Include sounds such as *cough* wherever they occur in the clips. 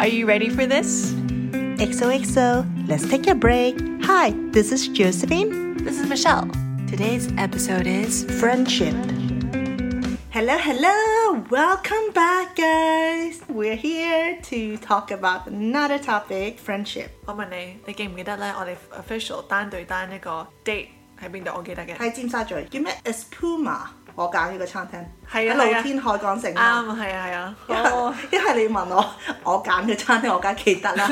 Are you ready for this? XOXO, let's take a break. Hi, this is Josephine. This is Michelle. Today's episode is Friendship. Hello, hello. Welcome back, guys. We're here to talk about another topic friendship. 我問你，你記唔記得呢？我哋 official 單對單一個 date 喺邊度？我記得嘅。喺尖沙咀叫咩 Espuma，我揀呢個餐廳，喺係啊係啊露天海港城啱，啊，係啊，*laughs* 係啊。一係哦，一係你問我，我揀嘅餐廳我梗係記 *laughs* 得啦。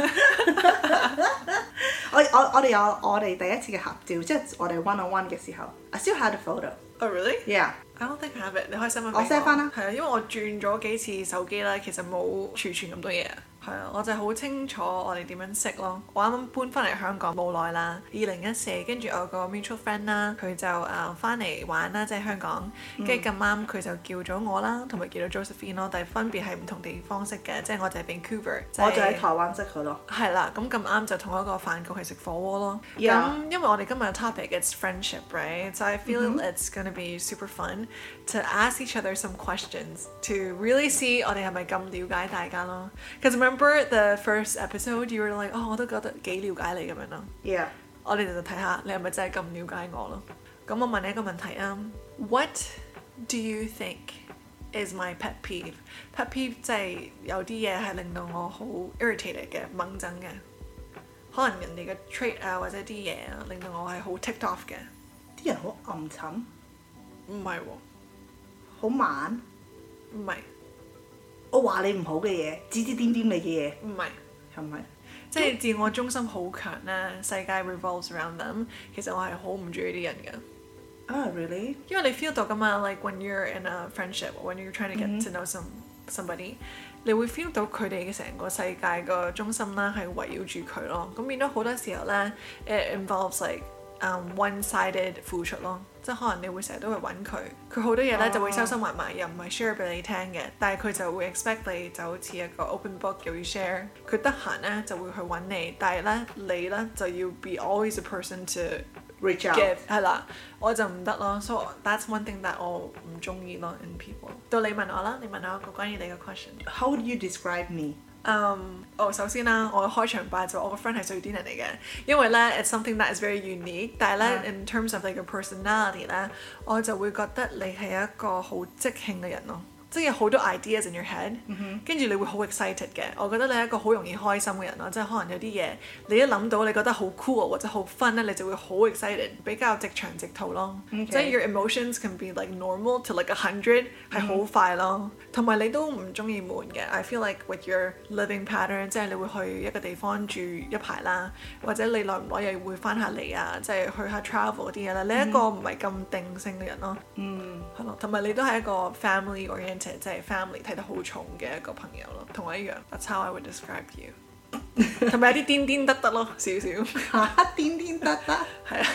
我我我哋有我哋第一次嘅合照，即係我哋 one on one 嘅時候，I still had a photo。 Oh really? Yeah， I don't think I have it。你可以 send 翻我 send 返啦係啊，因為我轉咗幾次手機啦，其實冇儲存咁多嘢。係啊，我就好清楚我哋點樣識咯。我啱啱搬翻嚟香港冇耐啦，二零一四，跟住我有個 mutual friend 啦，佢就誒翻嚟玩啦，即係香港，嗯跟住咁啱佢就叫咗我啦，同埋叫咗 Josephine 咯，但係分別係唔同地方識嘅，即係我就係 Vancouver，就係我就喺台灣識佢咯。係啦，咁咁啱就同一個飯局去食火鍋咯。咁 Yeah 因為我哋今日嘅 topic is friendship, right? So I feel it's gonna be super fun to ask each other some questions to really see 我哋係咪咁了解大家咯。Cause remember the first episode you were like, oh 我都覺得幾了解你咁樣咯。 Yeah，我哋就睇下你係咪真係咁了解我咯。咁我問你一個問題啊，What do you think is my pet peeve？pet peeve 即係有啲嘢係令到我好 irritated 嘅，掹憎嘅。可能人哋嘅 trait 啊，或者啲嘢啊，令到我係好 ticked off 嘅。啲人好暗沉，唔係喎，好慢。唔係，我話你唔好嘅嘢，指指點點你嘅嘢，唔係。係咪？即係自我中心好強啦，世界 revolves around them。其實我係好唔中意啲人嘅。啊、r e a l l y 因為你 feel 到噶嘛，like when you're in a friendship or when you're trying to get to know some somebody，你會 feel 到佢哋嘅成個世界個中心啦，係圍繞住佢咯。咁變咗好多時候咧，it involves like um, one-sided 付出咯，即係可能你會成日都會揾佢，佢好多嘢咧就會收收埋埋，又唔係 share 俾你聽嘅，但係佢就會 expect 你就好似一個 open book 又要 share，佢得閒咧就會去揾你，但係咧你咧就要 be always a person to r e a c h out。嘅係啦，我就唔得咯，so that's one thing that 我唔中意咯 in people。到你問我啦，你問我一個關於你嘅 question。 How would you describe me？ *laughs* 嗯，哦，首先啦，我開場白就我個 friend 係瑞典人嚟嘅，因為咧，it's something that is very unique。但係咧、i n terms of 你嘅 personality 咧，我就會覺得你係一個好即興嘅人咯，即係有好多 ideas in your head，跟住、你會好 excited 嘅。我覺得你係一個好容易開心嘅人咯，即係可能有啲嘢你一諗到你覺得好 cool 或者好 fun 咧，你就會好 excited，比較直腸直肚咯。 Okay 即係 your emotions can be like normal to like a hundred 係好快咯，同埋你都唔中意悶嘅。I feel like with your living pattern，即係你會去一個地方住一排啦，或者你耐唔耐又會翻下嚟啊，即係去下 travel 啲嘢啦。你一個唔係咁定性嘅人咯，嗯，係咯，同埋你都係一個 family oriented，即係 family 睇得好重嘅一個朋友咯，同我一樣。That's how I would describe you 。同埋有啲癲癲得得咯，少少。點點得得。係啊，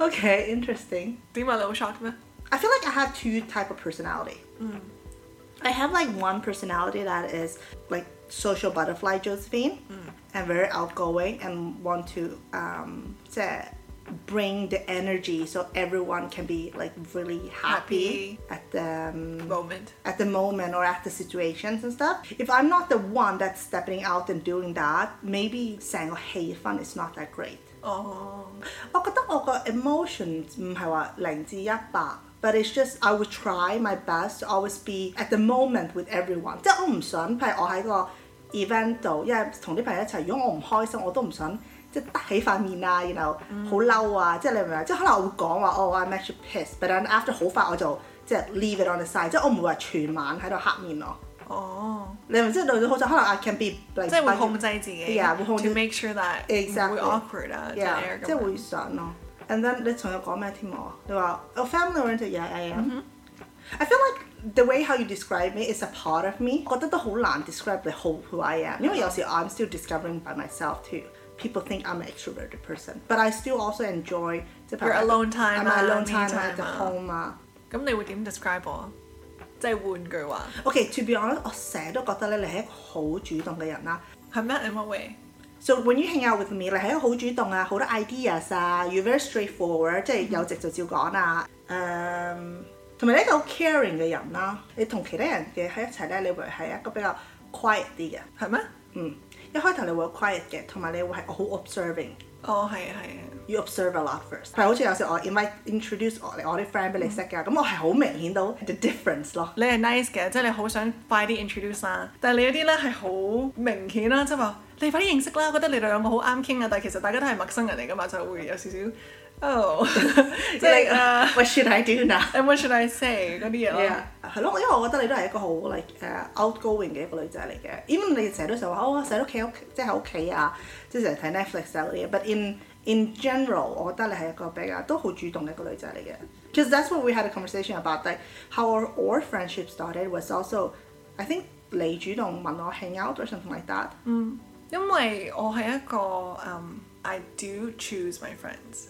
Okay, interesting. 點啊？你好 shock 咩？ I feel like I have two type of personality. I have like one personality that is like social butterfly Josephine and very outgoing and want to um to bring the energy so everyone can be like really happy, Happy. at the um, Moment。 at the moment or at the situations and stuff. If I'm not the one that's stepping out and doing that, maybe saying oh, hey fun is not that great. 哦。我覺得我個 emotions 唔係話零至一百。But it's just I would try my best to always be at the moment with everyone。即係我唔想，譬如我喺個 event 度，因為同啲朋友一齊，如果我唔開心，我都唔想即係得起塊面啊，然後好嬲啊，即係你明唔明啊？即係可能我會講話，哦，I'm actually pissed，but then after 好快我就即係 leave it on the side，即係我唔會話全晚喺度黑面咯。哦，你明唔明？即係到好想可能 I can be like 即係會控制自己 Yeah，會控制 to make sure that 唔 Exactly 會 awkward uh, 啊，即 Yeah，er 係即係會想咯。And then 你仲有講咩添我？你話我 family oriented yeah I Mm-hmm. am。I feel like the way how you describe me is a part of me。我覺得都好難 describe 你 who who I am，因為有時 I'm still discovering by myself too。People think I'm an extroverted person, but I still also enjoy 即係 Your alone time 啊 I'm alone time me at the time uh. 啊 home uh. 啊。咁你會點 describe 我？即係換句話， OK，to be honest，我成日都覺得咧，你係一個好主動嘅人啦。係咩？In what way？ So when you hang out with me，你係一個好主動啊，好多嗯 ideas 啊，you very straightforward，即係有直就照講啊。誒、同埋你一個好 caring 嘅人啦。你同其他人嘅喺一齊咧，你會係一個比較 quiet 啲嘅。係咩？嗯，一開頭你會好 quiet 嘅，同埋你會係好 observing。哦，係啊，係啊。 You observe a lot first，但係好似有時我 invite introduce 我嚟我啲 friend 俾你識嗯㗎，咁我係好明顯到 the difference 咯。你係 nice 嘅，即係你好想快啲 introduce 啦。但係你嗰啲咧係好明顯啦，即係話你快啲認識啦，覺得你哋兩個好啱傾啊。但係其實大家都係陌生人嚟噶嘛，就會有少少 *laughs* 哦，即係啊 *laughs* What should I do now？uh, and what should I say 嗰啲嘢咯。係咯，因為我覺得你都係一個好 like 誒、outgoing 嘅一個女仔嚟嘅。even 你成日都成日話哦，成日都企屋，即係喺屋企啊，即係成日睇 Netflix 啊嗰啲嘢。But in in general，我覺得你係一個比較都好主動嘅一個女仔嚟嘅。Because that's what we had a conversation about, like how our, our friendship started was also, I think 你主動問我 hang out or something like that。因為我係一個嗯 I do choose my friends。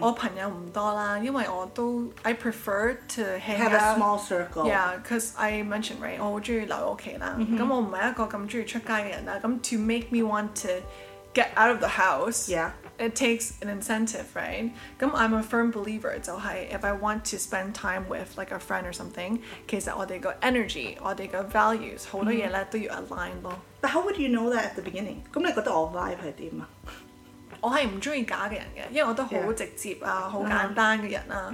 我朋友唔多啦，因為我都 I prefer to hang Have a out。 small circle。 Yeah，cause I mentioned right，我好中意留喺屋企啦。咁我唔係一個咁中意出街嘅人啦。咁 to make me want to get out of the house。 Yeah. It takes an incentive, right? 咁 I'm a firm believer 就係 if I want to spend time with like a friend or something，其實我哋個 energy、我哋個 values 好多嘢咧都要 align 咯。 But how would you know that at the beginning？咁你覺得我 vibe 係點啊？我係唔中意假嘅人嘅，因為我都好 Yeah. 直接啊，好簡單嘅人啦。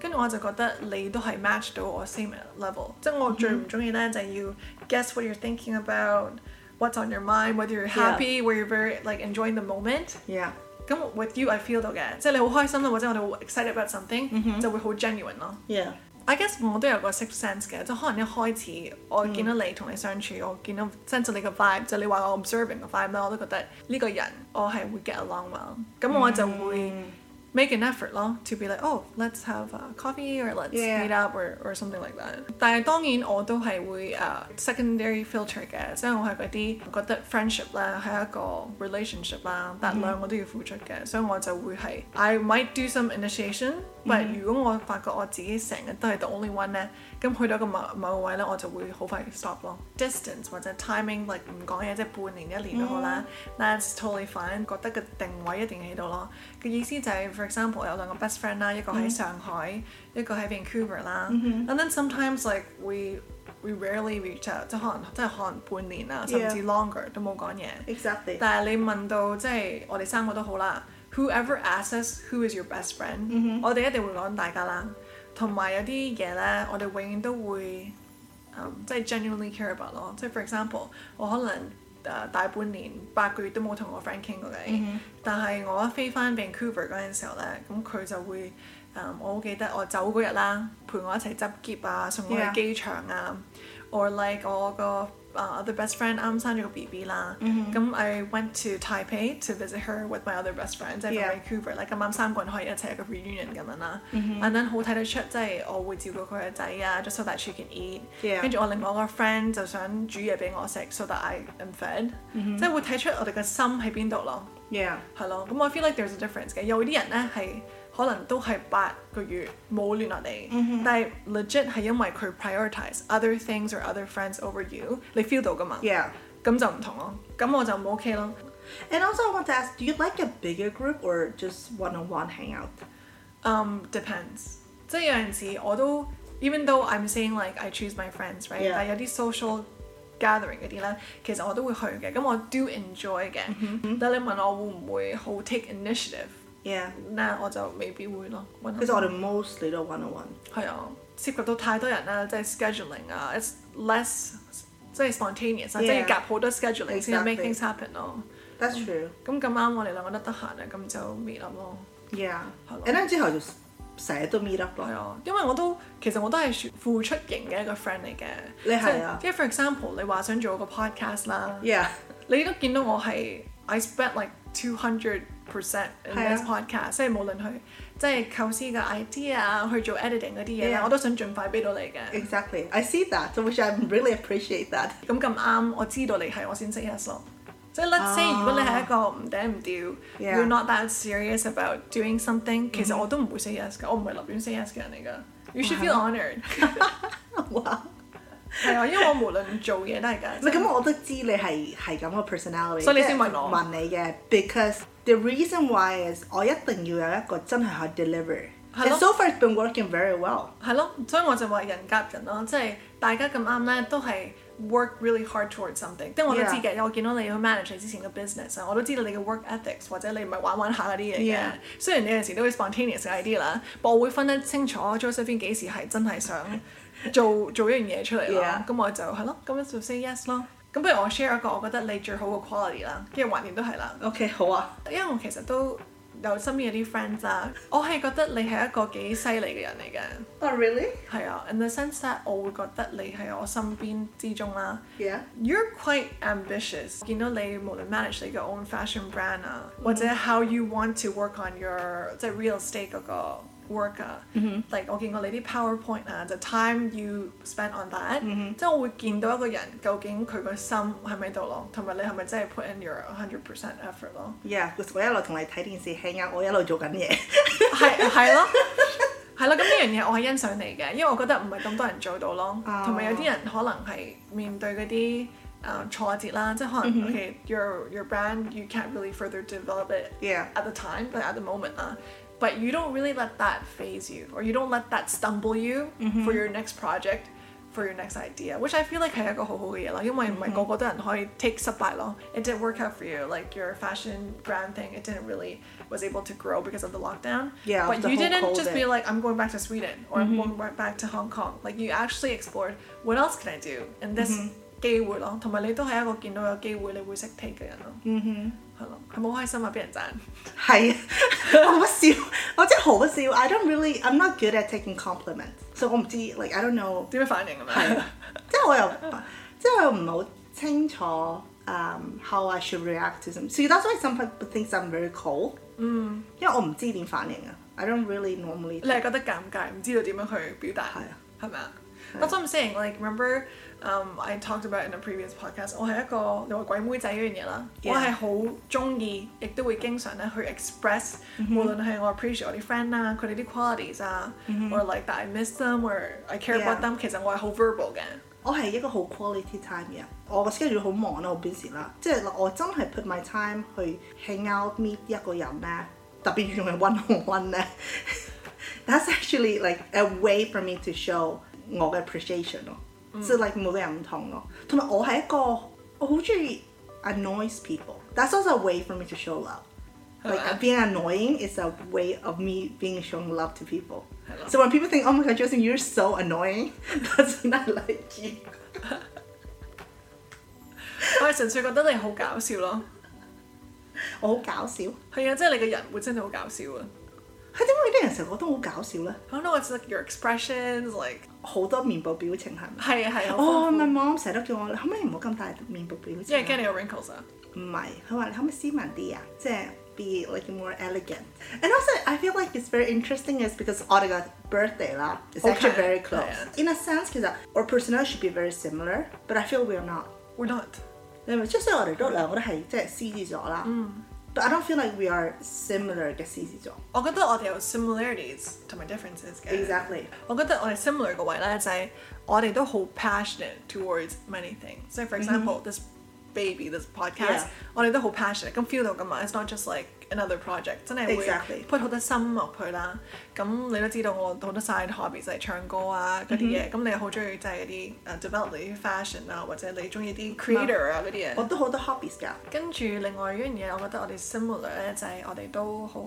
跟住我就覺得你都係 match 到我 same level，即係我最唔中意咧就係要 guess what you're thinking about。What's on your mind? Whether you're happy, whether you're very like enjoying the moment. Yeah。咁 with you, I feel 到嘅，即係你好開心啦，或者我哋好 excited about something，就會好 genuine 咯。 Yeah。 I guess 我都有個 sixth sense 嘅，即係可能一開始我見到你同你相處，我見到 sense 到你個 vibe，就你話我 observing 個 vibe 啦，我都覺得呢個人我係會 get along well，咁我就會 make an effort 咯，to be like oh let's have a coffee or let's Yeah. meet up or or something like that。但係當然我都係會誒 secondary filter 嘅，即係我係嗰啲覺得 friendship 咧係一個 relationship 啦，但兩個都要付出嘅，所以我就會係 I might do some initiation。但如果我發覺我自己成日都係 the only one 咧，咁去到一個某某個位咧，我就會好快 stop 咯。Distance 或者 timing like 唔講嘢，即係半年一年都好啦。That's totally fine。覺得個定位一定喺度咯。嘅意思就係、for example 有兩個 best friend 啦，一個喺上海，一個喺 Vancouver 啦。And then sometimes like we we rarely reach out，即係可能即係可能半年啊，甚 Yeah. 至 longer 都冇講嘢。 Exactly。但係你問到即係我哋三個都好啦，whoever asks us who is your best friend，、我哋一定會講大家啦。同埋有啲嘢咧，我哋永遠都會，嗯即係 genuinely care about 咯。即係 for example，我可能誒、呃大半年八個月都冇同我 friend 傾過偈但係我一飛翻 Vancouver 嗰陣時候咧，咁佢就會。誒、我好記得我走嗰日啦，陪我一齊執篋啊，送我去 Yeah. 機場啊，or like 我個啊、other best friend 啱生咗個 BB 啦，咁、I Mm-hmm. went to Taipei to visit her with my other best friend，即係 Yeah. from Vancouver，咧咁啱三個人可以一齊一個 reunion 咁樣啦，and Mm-hmm. then 好睇得出即係我會照顧佢嘅仔啊，just so that she can eat， Yeah. 跟住我另外一個 friend 就想煮嘢俾我食，so that I am fed，、即 Mm-hmm. 係會睇出我哋嘅心喺邊度咯。 Yeah。係咯，咁我 feel like there's a difference 嘅。有啲人咧係可能都係八個月冇聯絡你但係 legit 係因為佢 prioritize other things or other friends over you，你 feel 到噶嘛 Yeah. 咁就唔同咯。咁我就唔 OK 咯。 And also, I want to ask, do you like a bigger group or just one-on-one hangout? Um, depends。即係有陣時我都，even though I'm saying like I choose my friends right，、 Yeah. 但係有啲 social gathering 嗰啲咧，其實我都會去嘅。咁我 do enjoy 嘅。但係你問我會唔會好 take initiative？ Yeah. 咧我就未必會咯。搵其實我哋 mostly 都 one-on-one。係啊，涉及到太多人啦，即係 scheduling 啊，it's less 即係 spontaneous 啊，即 Yeah. 係夾好多 scheduling 先 make Exactly. things happen 咯。 That's Mm. true. 咁咁啱我哋兩個都得閒啊，咁就 meet up 咯。 Yeah. 係咯。 And then 之後就成日都 meet up 係咯。啊，因為我都其實我都係付出型嘅一個 friend 嚟嘅。你係啊即係 for example，你話想做個 podcast 啦， Yeah. *laughs* 你都見到我係 I spent like two hundred percent in 係啊 this podcast，即係無論去即係構思嘅 idea 啊，去做 editing 嗰啲嘢啦 Yeah. 我都想盡快俾到你嘅。 Exactly. I see that, which I really appreciate that. *laughs* 咁咁啱，我知道你係，我先 say yes 咯。即係 let's say，如果你係一個唔頂唔掉 Yeah ，you're not that serious about doing something，其實我都唔會 say yes 㗎，我唔係立亂 say yes 嘅人嚟㗎。You should feel honoured，哇！係啊，因為我無論做嘢都係㗎。唔係咁，我都知你係係咁嘅 personality，所以你即係先問我問你嘅，because the reason why is 我一定要有一個真係去 deliver 係 And 咯 so far it's been working very well. 係咯，所以我就話人夾人咯，即係大家咁啱咧，都係 work really hard towards something。即係我都知嘅我見到你去 manage 你之前嘅 business 啊，我都知道你嘅 work ethics 或者你唔係玩玩下嗰啲嘢嘅。 Yeah 雖然你有陣時都會 spontaneous idea 啦，但我會分得清楚 Josephine 幾時係真係想做做一樣嘢出嚟啦。咁我就係咯，咁樣就 say yes 咯。咁不如我 share 一個我覺得你最好嘅 quality 啦，跟住橫掂都係啦。 OK，好啊。因為我其實都有身邊有啲 friends 啦，我係覺得你係一個幾犀利嘅人嚟嘅。 Oh really? 係啊，in the sense that 我會覺得你喺我身邊之中啦。 Yeah. You're quite ambitious。見到你無論 manage 你嘅 own fashion brand 啊，或者 how you want to work on your 即係 real estate 嗰個 work 啊。Like 我見過你啲 PowerPoint 啊，the time you spend on that，即係我會見到一個人究竟佢個心喺咪度咯，同埋你係咪真係 put in your 100% effort 咯。 Yeah，我一路同你睇電視 hang out，我一路做緊嘢。 *laughs* 係係咯，係咯，咁呢樣嘢我係欣賞你嘅，因為我覺得唔係咁多人做到咯，哦同埋、有啲人可能係面對嗰啲誒挫折啦，即係可能、OK，your your brand you can't really further develop it Yeah. at the time but at the moment 啦。But you don't really let that phase you, or you don't let that stumble you Mm-hmm。 for your next project, for your next idea, which I feel like 係一個好好嘅嘢咯，因為唔 Mm-hmm。係個個都人可以 take 失敗咯。It didn't work out for you, like your fashion brand thing. It didn't really was able to grow because of the lockdown. Yeah, but the you whole didn't just COVID. be Mm-hmm. like, I'm going back to Sweden or I'm going back to Hong Kong. Like you actually explored what else can I do in this Mm-hmm. 機會咯，同埋你都係一個見到有機會你會識 take 嘅人咯。嗯 Mm-hmm. 哼，係咯，係咪好開心啊？俾人 *laughs* 讚。係啊， *laughs* 我好笑，我真係好笑。I don't really, I'm not good at taking compliments，所以我唔知，like I don't know，點樣反應咁係樣？即係我又，即係我又唔係好清楚，um, how I should react to them。So that's why some people think I'm very cold。嗯，因為我唔知點反應啊。I don't really normally。你係覺得尷尬，唔知道點樣去表係達，啊係咪啊係啊？That's what I'm saying. Like remember, um, I talked about in a previous podcast. 我係一個你話鬼妹仔嗰樣嘢啦 Yeah 我係好中意，亦都會經常咧去 express，、無論係我 appreciate 我啲 friend 啊，佢哋啲 qualities 啊、or like that I miss them or I care about Yeah them，其實我係好 verbal 嘅。我係一個好 quality time 嘅人，我個 schedule 好忙啦，好 busy 啦，即係我真係 put my time 去 hang out meet 一個人咧，特別仲係 one on one 咧 *laughs* ，that's actually like a way for me to show 我嘅 appreciation 咯，即係 like 每個人唔同咯，同埋我係一個我好中意 annoys people，that's also a way for me to show love。係咪？ Like being annoying is a way of me being showing love to people. 係咯。 So when people think, "Oh my God, Justin, you're so annoying," *laughs* that's when I like you. 我係純粹覺得你好搞笑咯，我好搞笑，係啊，即係你個人本身就好搞笑啊。係點解啲人成日覺得我好搞笑咧？ I don't know, it's like your expressions, like 好多面部表情係咪？係啊係啊，哦好豐富，my mom 成日都叫我，你可唔可以唔好咁大面部表因情為驚啊？你有 wrinkles 啊。唔係，佢話你可唔可以斯文啲啊？即係 be like more elegant。And also, I feel like it's very interesting is because 我哋嘅 birthday 啦，it's actually very Okay，close. Oh, 係啊 In a sense，其實 our personality should be very similar, but I feel we are not. We're not. 你明唔明？即係雖然我哋都兩個都係即係獅子座啦，but I don't feel like we are similar 嘅獅子座。我覺得我哋有 similarities 同埋 differences 嘅。 Exactly. 我覺得我哋 similar 個位咧就係、我哋都好 passionate towards many things。即係 for example、this baby this podcast，、Mm-hmm。 Yeah. 我哋都好 passionate，咁 feel 到噶嘛。It's not just like another project，真係會 Exactly. put 好多心落去啦。咁你都知道我好多 side hobby 就係唱歌啊嗰啲 Mm-hmm。嘢。咁、你好中意就係嗰啲誒 develop 你啲 fashion 啊，或者你中意啲 creator 啊嗰啲嘢。我都好多 hobbies 㗎。跟住另外一樣嘢，我覺得我哋 similar 咧就係我哋都好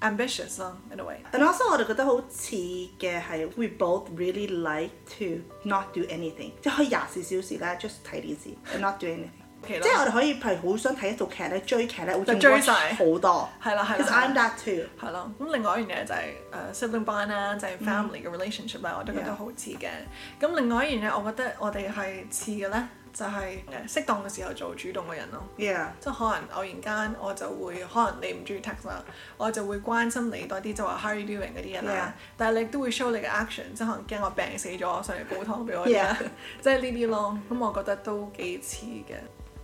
ambitious 咯，in a way。 And also 我哋覺得好似嘅係，we both really like to not do anything，即係可以廿四小時咧，just 睇電視，and not do anything。 Okay 啦即係我哋可以譬如好想睇一套劇咧，追劇咧，會就追 watch 晒好多。係啦係啦 Because 係 I'm 啦 that too。係咯，咁另外一樣嘢就係、誒、sibling bond 啦，就係 family 嘅 relationship 啊啦，我都覺得 Yeah 好似嘅。咁另外一樣嘢，我覺得我哋係似嘅咧，就係、誒適當嘅時候做主動嘅人咯。 Yeah。即係可能偶然間我就會，可能你唔中意 text 啦，我就會關心你多啲，就話 how are you doing 嗰啲嘢啦。但係你都會 show 你嘅 action，即係可能驚我病死咗，上嚟煲湯俾我啲啦 Yeah *laughs* 即係呢啲咯。咁我覺得都幾似嘅。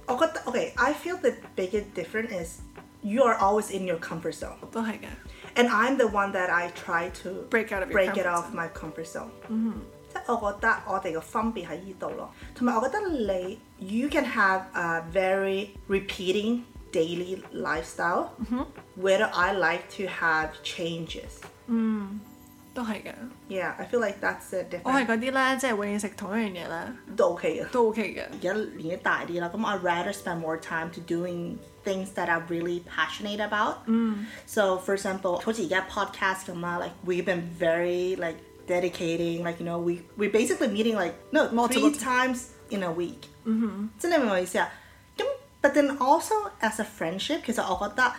我覺得 OK，I、feel the biggest difference is you are always in your comfort zone。都係嘅。 And I'm the one that I try to Break out of your break it comfort off zone. Mm-hmm. my comfort zone。即係我覺得我哋嘅分別喺呢度咯，同埋我覺得你 you can have a very Mm-hmm. repeating daily lifestyle、where I like to have changes。都係嘅。 Yeah, I feel like that's the 我係 difference. 嗰啲咧，即係永遠食同一樣嘢咧，都 OK 嘅。都 OK 嘅。而家年紀大啲啦，咁 I rather spend more time to doing things that I'm really passionate about. So for example，好似而家 podcast 咁啦，like we've been very like dedicating, like you know we we basically meeting like no Multiple multiple times in a week。真係明唔明我意思啊？咁 but then also as a friendship，其實我覺得。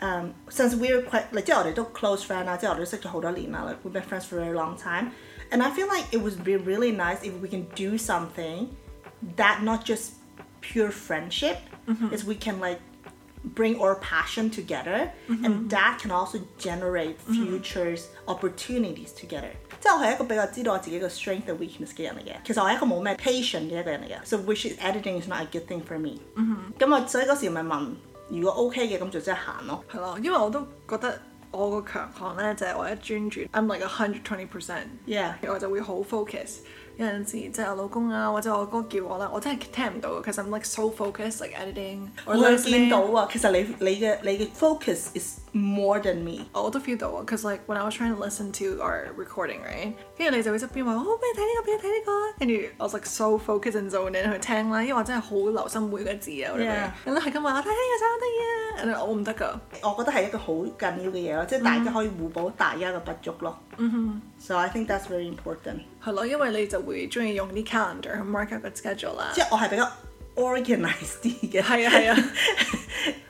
um, since we're quite like 即係我哋都 close friend 啦，即係我哋都識咗好多年啦。Like we've been friends for a very long time, and I feel like it would be really nice if we can do something that not just pure friendship, is we can like bring our passion together, and that can also generate futures opportunities together. 即係我係一個比較知道我自己嘅 strength and weakness 嘅人嚟嘅。其實我係一個冇咩 patient 嘅一個人嚟嘅，so which is editing is not a good thing for me. 咁我所以嗰時咪問，如果 OK 嘅咁就即係行咯。係咯，因為我都覺得我個強項咧就係、我一專注，I'm like hundred twenty percent。 Yeah. 我就會好 focus。有陣時即係我老公啊，或者我哥叫我啦，我真係聽唔到嘅，其實 I'm like so focused like editing。我有見到啊，其實你你嘅你嘅 focus is more than me。我都 feel 到啊，cause like when I was trying to listen to our recording right，跟住你就會側邊話，好俾你睇呢個，俾你睇呢個啊，跟住我就 like so focus and zone in 去聽啦，因為我真係好留心每個字啊，我哋 Yeah. 咁係咁話，我睇呢個想得啊，我唔得㗎，我覺得係一個好緊要嘅嘢咯，即係大家可以互補大家嘅不足咯。嗯 So I think that's very important。係咯，因為你就會中意用啲 calendar 去 mark up 個 schedule 啦即，係我係比較 organized *laughs* 啲嘅。係啊係啊。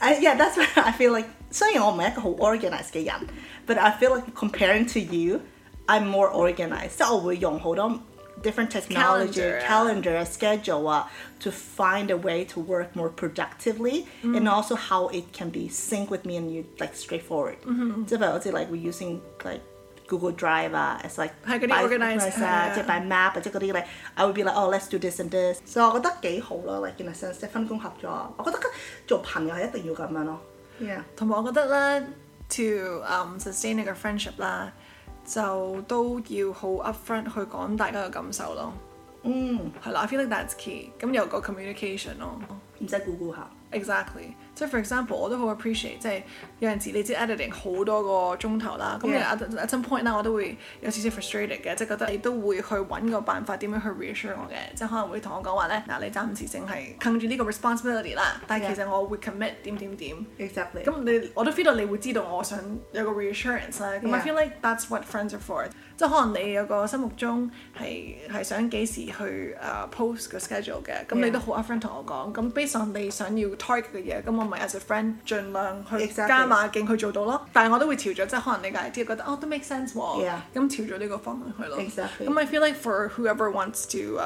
I, yeah, that's why I feel like 雖然我唔係一個好 organized 嘅人，but I feel like comparing to you, I'm more organized。即係我 oh, 會用好多 different Calendar technology、啊 calendar 啊、schedule 啊，to find a way to work more productively、and also how it can be sync with me and you like straightforward。即係譬如好似 like we using like Google Drive 啊，as like 係嗰啲 by- organized， organize 啊，係即係 by map 啊，即係嗰啲 like I would be like oh let's do this and this。所以我覺得幾好咯，like in a sense 即係分工合作。我覺得做朋友係一定要咁樣咯。Yeah。同埋我覺得咧，to 嗯 sustain 你個 friendship 啦，就都要好 upfront 去講大家嘅感受咯。嗯，係啦，I feel like that's key。咁有個 communication 咯唔使估估下。 ，exactly。即係 for example，我都好 appreciate，即係有陣時你知 editing 好多個鐘頭啦，咁 Yeah. at at some point 啦，我都會有少少 frustrated 嘅，即係覺得你都會去揾個辦法點樣去 reassure 我嘅，即係可能會同我講話咧，嗱你暫時淨係坑住呢個 responsibility 啦，但係 Yeah. 其實我會 commit 點點點。 Exactly。咁你我都 feel 到你會知道我想有個 reassurance 啦。咁 I Yeah. feel like that's what friends are for。即係可能你有個心目中係係想幾時去誒 post 個 schedule 嘅，咁你 Yeah. 都好 upfront 同我講。咁 based on 你想要 target 嘅嘢，咁我咪 as a friend 盡量去 Exactly. 加碼勁去做到咯。但係我都會朝咗即係可能你嘅 idea 覺得哦都 make sense 喎 Yeah.，咁朝咗呢個方向去咯。 Exactly. 咁 I feel like for whoever wants to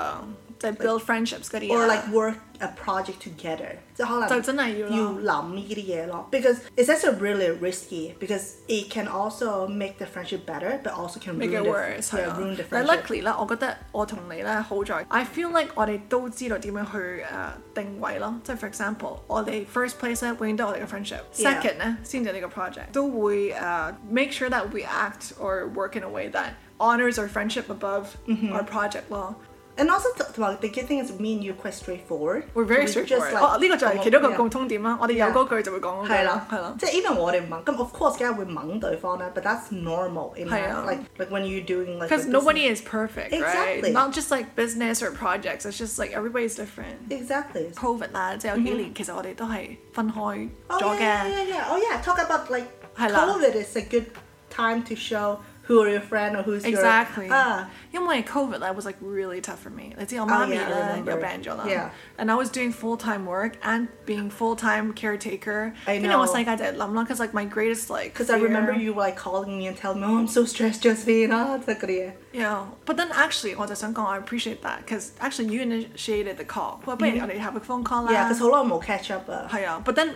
誒即係 build friendships 嗰啲 or 啊 like work a project together. 即係可能就真係要啦。要諗呢啲嘢咯。Because it's also really risky because it can also make the friendship better, but also can make ruin it the, worse yeah, 係啊 ruin the 但 friendship. luckily 咧，我覺得我同你咧好在，I feel like 我哋都知道點樣去誒、呃定位咯。即係 for example，我哋 first place 咧永遠都係我哋嘅 Yeah. friendship，second 咧先至係呢個 project，都會誒、呃 make sure that we act or work in a way that honors our friendship above Mm-hmm。 our project 咯。 and also th- well, the good thing is me and you are quite straightforward. We're very We just straightforward。 like- 哦，呢個就係其中一個 Yeah. 共通點啦。我哋有 Yeah. 嗰句就會講嗰句啦，係咯。即係 even 我哋猛，咁 of course 梗係會猛對方啦，but that's normal in 係啊。 like like when you're doing like a Because nobody is perfect, right? Exactly. Not just like business or projects. It's just like everybody's different. business- exactly Covid 啦，即係有幾年其實我哋都係分開 Oh 咗 yeah, yeah, 嘅， yeah, yeah. Oh yeah, talk about like 係啦。 COVID is a good time to show who are your friend or who's Exactly. your ah. 因為 Covid 咧 was like really tough for me。你知我媽咪 Oh, yeah, 咧 I remember. 有病咗啦 Yeah. ，and I was doing full time work and being full time caretaker。 I 跟住我 know. 世界就係諗啦，cause like my greatest like Because I fear- remember you were like calling me and telling me, oh, I'm so stressed, Josephine. Oh, it's like, yeah. Yeah, but then actually 我就想講 I appreciate that because actually you initiated the call。喂，不如我哋 have a phone call 啦。Mm-hmm。 Yeah, because how long will catch up? Uh, 係啊，but then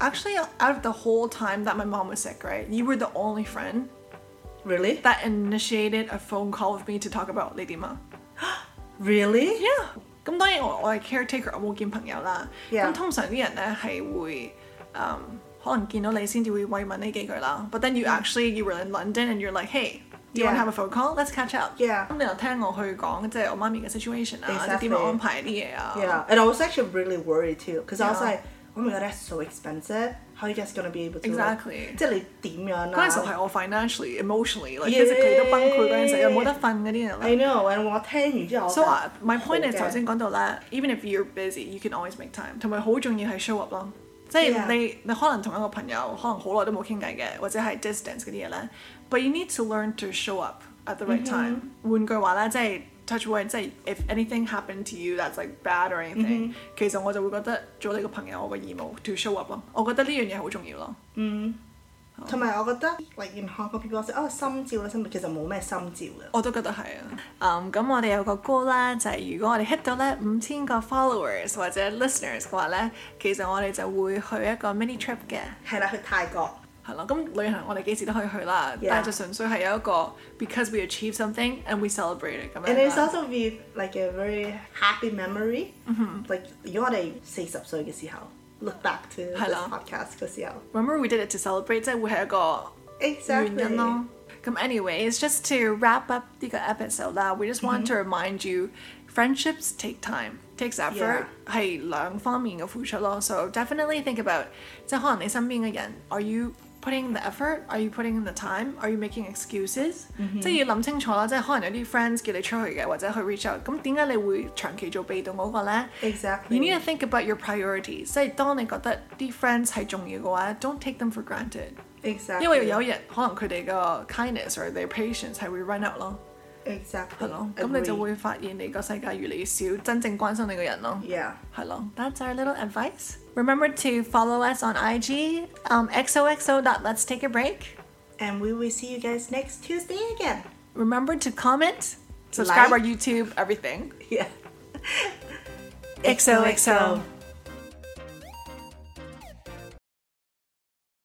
actually out of the whole time that my mom was sick, right? You were the only friend really? that initiated a phone call with me to talk about 你點啊 Really? Yeah，咁當然我我係 oh, caretaker，我冇見朋友啦。咁 Yeah 通常啲人咧係會嗯可能見到你先至會慰問呢幾句啦。But then you actually you were in London and you're like hey。Do you want Mm. Yeah to have a phone call? Let's catch up. oh, Yeah 咁你又聽我去講，即係我媽咪嘅 situation ah, 啊，或者點 Exactly 樣安排啲嘢啊。ah. Yeah. And I was actually really worried too. Because I was Yeah. like, Oh my god, that's so expensive. How are you guys gonna be able to like- Exactly. 即係你點樣嗰啦陣時係我 oh, financially、emotionally、like Yeah. physically 都崩潰嗰陣時，又冇得瞓嗰啲人？I 咧。 know，and 我聽完之後我 So 覺得 uh, my point 好 is 驚頭先講到咧，even if you're busy, you can always make time。同埋好重要係 show up 咯，即係 Yeah. 你你可能同一個朋友可能好耐都冇傾偈嘅，或者係 distance 嗰啲嘢咧，but you need to learn to show up at the right time。換句話咧，即係 touch wood，即係 if anything happened to you that's like bad or anything，其實我就會覺得做你個朋友我個義務 to show up 咯。我覺得呢樣嘢好重要咯。同埋我覺得，like in Hong Kong people say，哦心照啦，心照，其實冇咩心照嘅。我都覺得係啊。嗯，咁我哋有個 goal 啦，就係、如果我哋 hit 到咧五千個 followers 或者 listeners 嘅話咧，其實我哋就會去一個 mini trip 嘅。係啦，去泰國。係啦，咁旅行我哋幾時都可以去啦 Yeah. 但係就純粹係有一個 because we achieve something and we celebrate it 咁 And it's 樣啦。 also be like a very happy memory. Like 如果我哋四十歲嘅時候，look back to 係 this 啦 podcast 嘅時候 Remember we did it to celebrate，即係會係一個原因，exactly 咯。咁 anyways, just to wrap up 呢個 episode 啦，we just Mm-hmm. want to remind you, friendships take time, takes effort，係兩方面嘅付出咯。So definitely think about，即係可能你身邊嘅人，are you putting in the effort? Are you putting in the time? Are you making excuses？即 Mm-hmm. 係要諗清楚啦，即係可能有啲 friends 叫你出去嘅，或者去 reach out，咁點解你會長期做被動嗰個呢？You need exactly to。think about your priorities，即係當你覺得啲 friends 係重要嘅話，don't ah, take them for granted。 Exactly，因為有一日可能佢哋嘅 kindness or their patience 係會 run out 咯， exactly，係咯，咁你就會發現你個世界越嚟越少真正關心你嘅人咯。 yeah。係咯，That's our little advice. Remember to follow us on IG, um, xoxo. Let's take a break. And we will see you guys next Tuesday again. Remember to comment, subscribe Like. our YouTube, everything. Yeah. XOXO.